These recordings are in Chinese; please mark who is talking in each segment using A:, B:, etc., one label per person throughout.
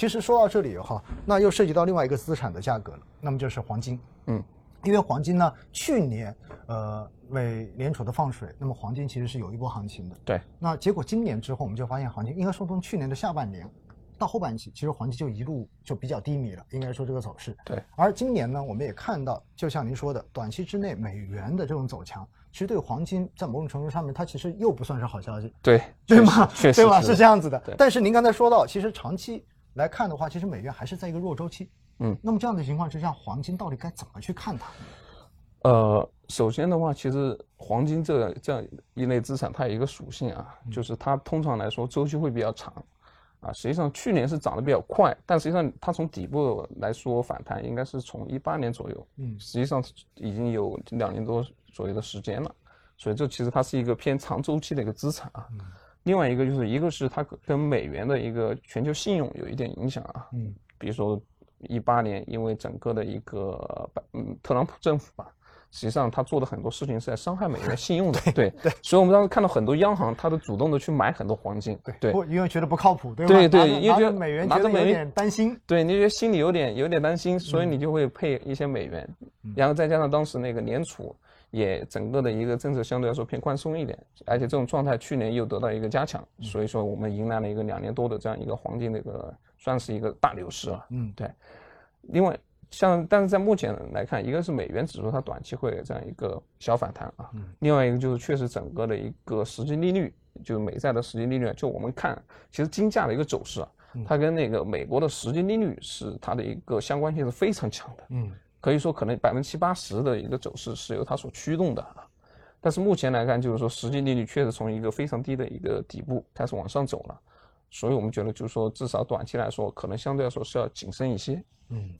A: 其实说到这里哈，那又涉及到另外一个资产的价格了，那么就是黄金。
B: 嗯，
A: 因为黄金呢，去年呃美联储的放水，那么黄金其实是有一波行情的。
B: 对，
A: 那结果今年之后，我们就发现行情应该说从去年的下半年到后半期，其实黄金就一路就比较低迷了，应该说这个走势。
B: 对，
A: 而今年呢，我们也看到，就像您说的，短期之内美元的这种走强，其实对黄金在某种程度上面，它其实又不算是好消息，
B: 对
A: 对吗？
B: 确实
A: 对吧？
B: 是
A: 是这样子的
B: 对。
A: 但是您刚才说到，其实长期来看的话，其实美元还是在一个弱周期。
B: 嗯，
A: 那么这样的情况之下，黄金到底该怎么去看它？
B: 呃，首先的话，其实黄金这这样一类资产，它有一个属性啊，
A: 嗯
B: 就是它通常来说周期会比较长，啊，实际上去年是涨得比较快，但实际上它从底部来说反弹，应该是从一八年左右，
A: 嗯
B: 实际上已经有两年多左右的时间了，所以这其实它是一个偏长周期的一个资产啊。
A: 嗯
B: 另外一个就是一个是它跟美元的一个全球信用有一点影响啊，
A: 嗯，
B: 比如说一八年，因为整个的一个拜嗯特朗普政府吧，实际上他做的很多事情是在伤害美元信 用的，对对，所以我们当时看到很多央行它都主动的去买很多黄金，对
A: 不因为觉得不靠谱，对吧？
B: 对对
A: 拿着
B: 因为
A: 拿
B: 觉得
A: 着美元
B: 拿
A: 觉
B: 着
A: 得有
B: 美元
A: 点担心。
B: 对，你就觉得心里有点有点担心，所以你就会配一些美元，然后再加上当时那个联储也整个的一个政策相对来说偏宽松一点，而且这种状态去年又得到一个加强，所以说我们迎来了一个两年多的这样一个黄金的一个算是一个大牛市啊了。
A: 嗯，
B: 对。另外，像但是在目前来看，一个是美元指数它短期会有这样一个小反弹啊，另外一个就是确实整个的一个实际利率，就是美债的实际利率，就我们看其实金价的一个走势啊，它跟那个美国的实际利率是它的一个相关性是非常强的，
A: 嗯，
B: 可以说可能百分之七八十的一个走势是由它所驱动的啊。但是目前来看，就是说实际利率确实从一个非常低的一个底部开始往上走了，所以我们觉得就是说至少短期来说，可能相对来说是要谨慎一些。
A: 嗯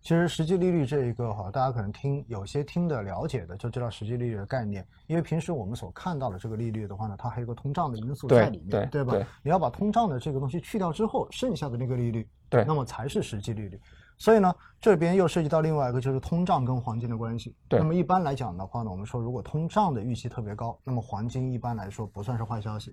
A: 其实实际利率这一个哈，大家可能听有些听的了解的就知道实际利率的概念，因为平时我们所看到的这个利率的话呢，它还有个通胀的因素在
B: 对
A: 里面，
B: 对
A: 吧
B: 对
A: 你要把通胀的这个东西去掉之后，剩下的那个利率，
B: 对
A: 那么才是实际利率。所以呢，这边又涉及到另外一个就是通胀跟黄金的关系。
B: 对
A: 那么一般来讲的话呢，我们说如果通胀的预期特别高，那么黄金一般来说不算是坏消息。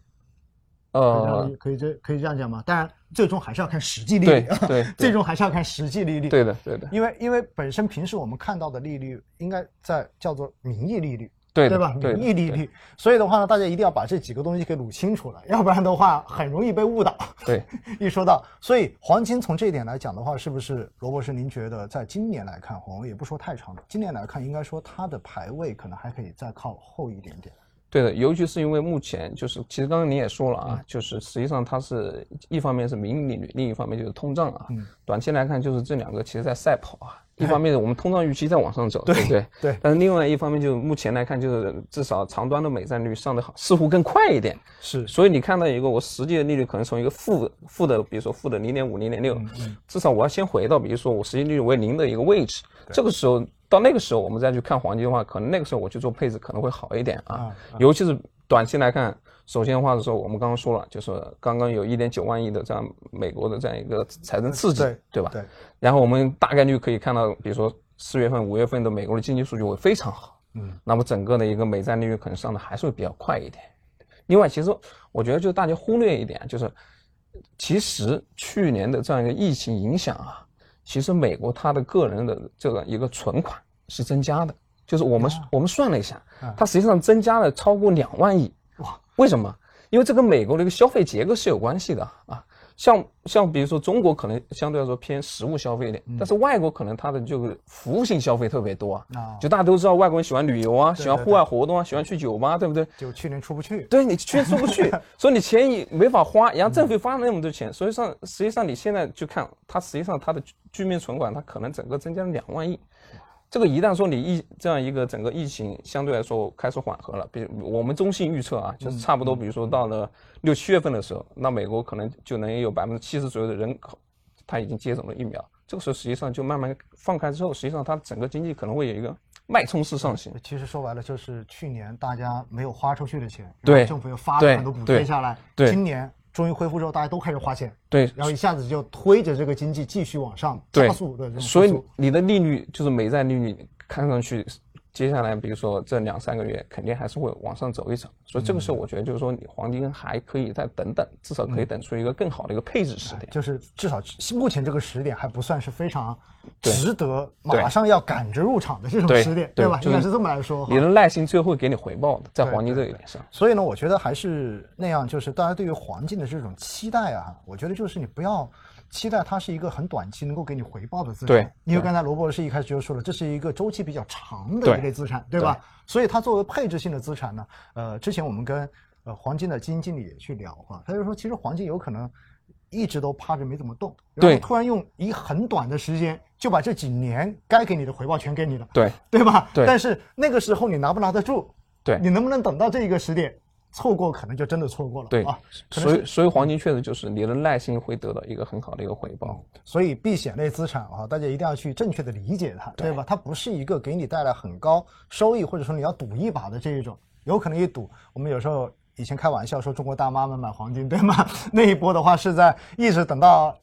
B: 呃，
A: 可以这可以这样讲吗？当然，最终还是要看实际利
B: 对
A: 率啊，
B: 对
A: 最
B: 对
A: 终还是要看实际利率。
B: 对的，对的，
A: 因为因为本身平时我们看到的利率应该在叫做名义利率，
B: 对的
A: 吧？
B: 对的
A: 名义利
B: 对
A: 率，所以的话呢，大家一定要把这几个东西给捋清楚了，要不然的话很容易被误导。
B: 对，
A: 一说到，所以黄金从这一点来讲的话，是不是罗博士您觉得在今年来看，我们也不说太长，今年来看应该说它的排位可能还可以再靠后一点点。
B: 对的，尤其是因为目前就是，其实刚刚你也说了啊，就是实际上它是一方面是名义利率，另一方面就是通胀啊。短期来看，就是这两个其实在赛跑啊。一方面我们通胀预期在往上走，对不对？
A: 对
B: 但是另外一方面，就是目前来看，就是至少长端的美债率上的似乎更快一点。
A: 是
B: 所以你看到一个我实际的利率可能从一个负负的，比如说负的零点五、零点
A: 嗯
B: 六，至少我要先回到比如说我实际利率为零的一个位置。这个时候到那个时候我们再去看黄金的话，可能那个时候我去做配置可能会好一点啊
A: 啊。
B: 尤其是短期来看，首先的话是说我们刚刚说了，就是刚刚有一点九万亿的这样美国的这样一个财政刺激，
A: 对
B: 对吧？
A: 对，
B: 然后我们大概率可以看到，比如说四月份、五月份的美国的经济数据会非常好，
A: 嗯，
B: 那么整个的一个美债利率可能上的还是会比较快一点。另外，其实我觉得就大家忽略一点，就是其实去年的这样一个疫情影响啊，其实美国它的个人的这个一个存款是增加的，就是我们、
A: 啊
B: 我们算了一下，它实际上增加了超过两万亿。
A: 哇，
B: 为什么？因为这跟美国的一个消费结构是有关系的啊。像像比如说中国可能相对来说偏实物消费一点，
A: 嗯
B: 但是外国可能它的就是服务性消费特别多啊。
A: 啊
B: 就大家都知道外国人喜欢旅游啊，喜欢
A: 对
B: 户外活动啊，喜欢去酒吧，对不对？
A: 就去年出不去，
B: 对你确实出不去，所以你钱也没法花，然后政府又发了那么多钱，所以上实际上你现在去看，它实际上它的居居民存款，它可能整个增加了两万亿。这个一旦说你疫这样一个整个疫情相对来说开始缓和了，比如我们中性预测啊，就是差不多，比如说到了六七月份的时候，那美国可能就能有百分之七十左右的人口，他已经接种了疫苗。这个时候实际上就慢慢放开之后，实际上它整个经济可能会有一个脉冲式上行。
A: 其实说白了，就是去年大家没有花出去的钱，
B: 对
A: 然后政府又发了
B: 对
A: 很多补贴
B: 对
A: 下来，
B: 对
A: 今年终于恢复之后，大家都开始花钱，
B: 对，
A: 然后一下子就推着这个经济继续往上
B: 对
A: 加速的这种
B: 所
A: 复
B: 以
A: 苏，
B: 你的利率就是美债利率，看上去接下来比如说这两三个月肯定还是会往上走一走，所以这个
A: 嗯
B: 时候我觉得就是说你黄金还可以再等等，至少可以等出一个更好的一个配置时点。
A: 就是至少目前这个时点还不算是非常值得马上要赶着入场的这种时点，
B: 对
A: 吧？
B: 就
A: 应
B: 是
A: 该是这么来说哈。
B: 你的耐心最后会给你回报的，在
A: 对
B: 黄金
A: 对
B: 这一点上。
A: 所以呢，我觉得还是那样，就是大家对于环境的这种期待啊，我觉得就是你不要期待它是一个很短期能够给你回报的资产。
B: 对
A: 因为
B: 对
A: 刚才罗博士一开始就说了，这是一个周期比较长的
B: 对
A: 一类资产，对吧？所以它作为配置性的资产呢，呃，之前我们跟呃黄金的基金经理也去聊哈，他就说，其实黄金有可能一直都趴着没怎么动，然后
B: 对
A: 突然用一很短的时间就把这几年该给你的回报全给你了。
B: 对
A: 对吧？
B: 对
A: 但是那个时候你拿不拿得住？
B: 对
A: 你能不能等到这一个时点？错过可能就真的错过了。
B: 对
A: 啊，，可能
B: 所以所以黄金确实就是你的耐心会得到一个很好的一个回报。
A: 所以避险类资产啊，大家一定要去正确的理解它，对
B: 对
A: 吧？它不是一个给你带来很高收益，或者说你要赌一把的这一种，有可能一赌，我们有时候以前开玩笑说中国大妈们买黄金，对吗？ 那一波的话是在一直等到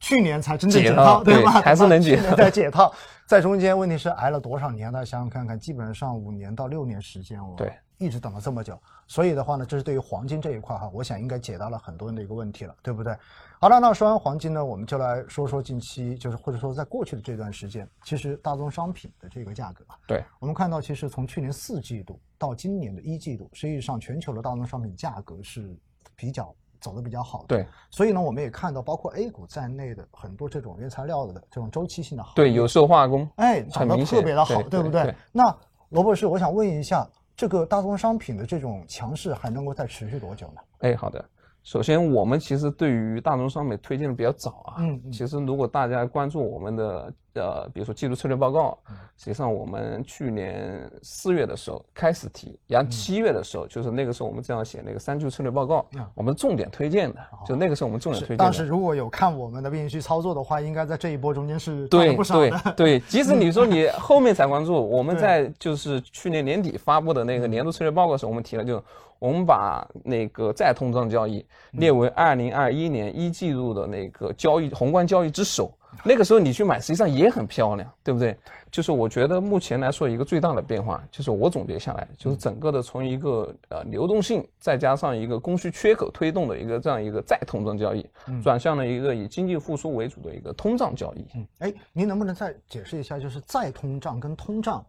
A: 去年才真正
B: 解
A: 解
B: 套
A: 套，对
B: 对
A: 吧？
B: 还是能解
A: 等到去年再 解套，在中间问题是挨了多少年？大家想想看看，基本上五年到六年时间哦，
B: 对，
A: 一直等了这么久。所以的话呢，这是对于黄金这一块哈，我想应该解答了很多人的一个问题了，对不对？好了，那说完黄金呢，我们就来说说近期，就是或者说在过去的这段时间，其实大宗商品的这个价格啊，
B: 对
A: 我们看到其实从去年四季度到今年的一季度，实际上全球的大宗商品价格是比较走的比较好的。
B: 对
A: 所以呢，我们也看到，包括 A 股在内的很多这种原材料的这种周期性的行业，
B: 对，有色化工，
A: 哎，
B: 很
A: 涨得
B: 明显
A: 特别的好，
B: 对
A: 不
B: 对
A: 对
B: 对？
A: 那罗博士，我想问一下，这个大宗商品的这种强势还能够再持续多久呢？
B: 哎，好的。首先，我们其实对于大宗商品推荐的比较早啊。
A: 嗯嗯
B: 其实，如果大家关注我们的呃，比如说季度策略报告，
A: 嗯
B: 实际上我们去年四月的时候开始提，然后七月的时候，就是那个时候我们这样写那个三季度策略报告
A: 嗯，
B: 我们重点推荐的，就那个时候我们重点
A: 哦是，
B: 推
A: 当
B: 荐
A: 时
B: 的。
A: 如果有看我们的运营区操作的话，应该在这一波中间是赚了
B: 对
A: 不少
B: 对
A: 的。嗯
B: 对，即使你说你后面才关注，我们
A: 对嗯
B: 在就是去年年底发布的那个年度策略报告的时候，我们提了，就是我们把那个再通胀交易
A: 嗯
B: 列为二零二一年一季度的那个交易宏观交易之首。那个时候你去买，实际上也很漂亮，对不对？就是我觉得目前来说一个最大的变化，就是我总结下来，
A: 嗯
B: 就是整个的从一个呃流动性再加上一个供需缺口推动的一个这样一个再通胀交易，
A: 嗯
B: 转向了一个以经济复苏为主的一个通胀交易。
A: 哎，您能不能再解释一下，就是再通胀跟通胀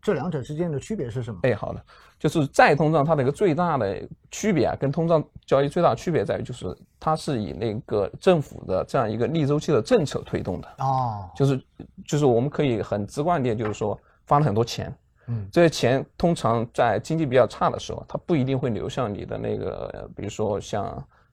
A: 这两者之间的区别是什么？
B: 哎，好的，就是再通胀它的一个最大的区别啊，跟通胀交易最大的区别在于，就是它是以那个政府的这样一个逆周期的政策推动的，
A: 哦，
B: 就是就是我们可以很直观一点，就是说发了很多钱，
A: 嗯，
B: 这些钱通常在经济比较差的时候，它不一定会流向你的那个，呃比如说像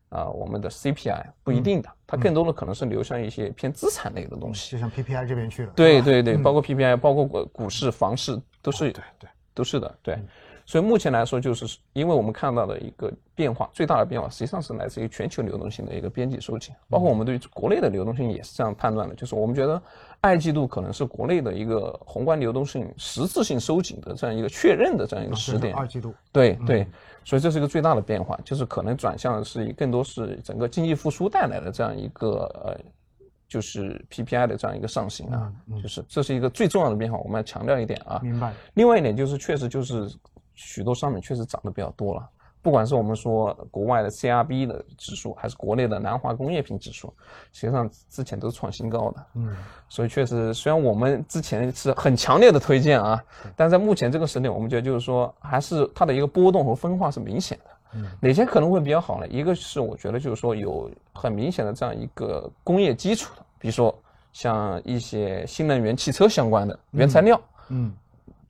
B: 啊、呃我们的 CPI 不一定的，它更多的可能是流向一些偏资产类的东西。
A: 就像 PPI 这边去了。
B: 对
A: 是吧
B: 对对，包括 PPI，包括股股市、房市都是对
A: 对
B: 都是的，对。所以目前来说，就是因为我们看到的一个变化，最大的变化实际上是来自于全球流动性的一个边际收紧，包括我们对于国内的流动性也是这样判断的，就是我们觉得二季度可能是国内的一个宏观流动性实质性收紧的这样一个确认的这样一个
A: 啊
B: 时
A: 这是
B: 点，
A: 二季度。
B: 对对，所以这是一个最大的变化，就是可能转向是以更多是整个经济复苏带来的这样一个呃，就是 PPI 的这样一个上行啊，就是这是一个最重要的变化，我们要强调一点啊。
A: 明白。
B: 另外一点就是，确实就是许多商品确实涨得比较多了，不管是我们说国外的 CRB 的指数，还是国内的南华工业品指数，实际上之前都是创新高的。
A: 嗯，
B: 所以确实，虽然我们之前是很强烈的推荐啊，但在目前这个时点，我们觉得就是说，还是它的一个波动和分化是明显的。
A: 嗯
B: 哪些可能会比较好呢？一个是我觉得就是说有很明显的这样一个工业基础的，比如说像一些新能源汽车相关的原材料，
A: 嗯，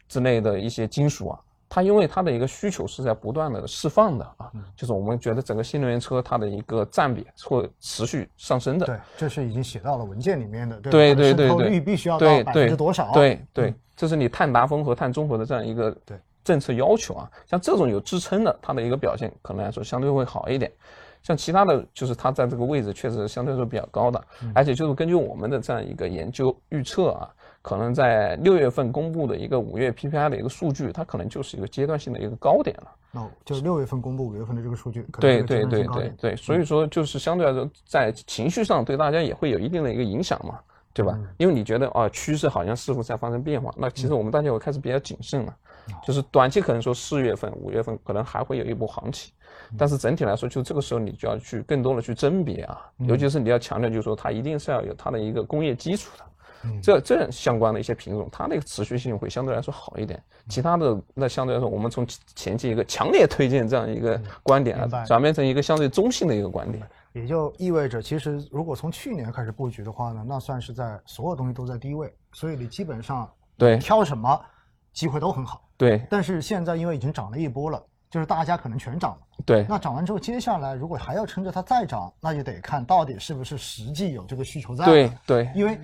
B: 之类的一些金属啊，它因为它的一个需求是在不断的释放的啊，
A: 嗯
B: 就是我们觉得整个新能源车它的一个占比是会持续上升的。
A: 对，这是已经写到了文件里面的，对吧
B: 对对
A: 渗
B: 对
A: 透
B: 对
A: 率必须要到
B: 对
A: 百分
B: 对
A: 之多少？，
B: 对对，这是你碳达峰和碳中和的这样一个
A: 嗯对
B: 政策要求啊。像这种有支撑的，它的一个表现可能来说相对会好一点。像其他的就是它在这个位置确实相对来说比较高的，
A: 嗯
B: 而且就是根据我们的这样一个研究预测啊，可能在六月份公布的一个五月 PPI 的一个数据，它可能就是一个阶段性的一个高点了。
A: 那我哦就六月份公布五月份的这个数据，可能这
B: 对嗯对
A: 个
B: 对
A: 成本更高一
B: 对
A: 点嗯
B: 对，所以说就是相对来说，在情绪上对大家也会有一定的一个影响嘛。对
A: 嗯
B: 吧？因为你觉得啊、趋势好像似乎在发生变化，那其实我们大家也开始比较谨慎了，
A: 哦
B: 就是短期可能说四月份、五月份可能还会有一波行情，
A: 嗯
B: 但是整体来说，就这个时候你就要去更多的去甄别啊，
A: 嗯
B: 尤其是你要强调，就是说它一定是要有它的一个工业基础的。
A: 嗯
B: 这这相关的一些品种，它那个持续性会相对来说好一点。
A: 嗯
B: 其他的那相对来说，我们从前期一个强烈推荐这样一个观点
A: 嗯明白
B: 啊，转变成一个相对中性的一个观点。
A: 也就意味着，其实如果从去年开始布局的话呢，那算是在所有东西都在低位，所以你基本上
B: 对
A: 挑什么机会都很好。
B: 对
A: 但是现在因为已经涨了一波了，就是大家可能全涨了。
B: 对
A: 那涨完之后，接下来如果还要撑着它再涨，那就得看到底是不是实际有这个需求在。
B: 对，对
A: 因为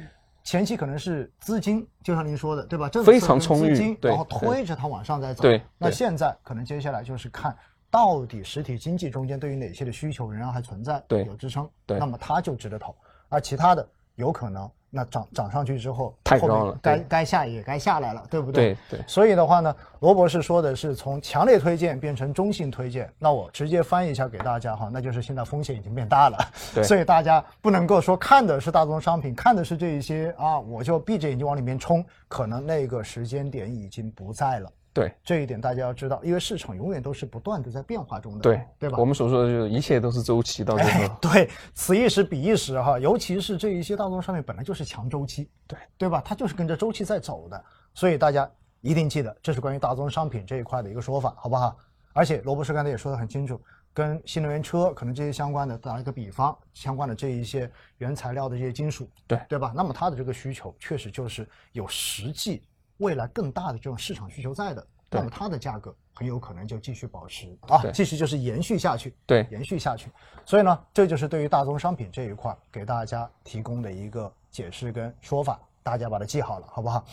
A: 前期可能是资金，就像您说的，对吧？政
B: 非
A: 策
B: 常
A: 跟
B: 充裕
A: 资金，
B: 对
A: 然后推着它往上再走。
B: 对对
A: 那现在可能接下来就是看到底实体经济中间对于哪些的需求仍然还存在，
B: 对
A: 有支撑，
B: 对
A: 那么它就值得投，而其他的有可能那涨涨上去之后，
B: 太
A: 后面
B: 高了
A: 该
B: 对
A: 该下也该下来了，对不
B: 对对
A: 所以的话呢，罗博士说的是从强烈推荐变成中性推荐，那我直接翻译一下给大家哈，那就是现在风险已经变大了，
B: 对
A: 所以大家不能够说看的是大宗商品，看的是这一些啊，我就闭着眼睛往里面冲，可能那个时间点已经不在了，
B: 对
A: 这一点大家要知道，因为市场永远都是不断的在变化中的，
B: 对
A: 对吧
B: 我？们所说的就是一切都是周期，到最
A: 哎
B: 后，
A: 对，此一时彼一时哈，尤其是这一些大宗商品本来就是强周期，
B: 对
A: 对吧？它就是跟着周期在走的，所以大家一定记得，这是关于大宗商品这一块的一个说法，好不好？而且罗博士刚才也说得很清楚，跟新能源车可能这些相关的打了一个比方，相关的这一些原材料的这些金属，
B: 对
A: 对吧？那么它的这个需求确实就是有实际未来更大的这种市场需求在的，
B: 对
A: 那么它的价格很有可能就继续保持啊，
B: 对
A: 继续就是延续下去，
B: 对
A: 延续下去。所以呢，这就是对于大宗商品这一块儿给大家提供的一个解释跟说法，大家把它记好了，好不好？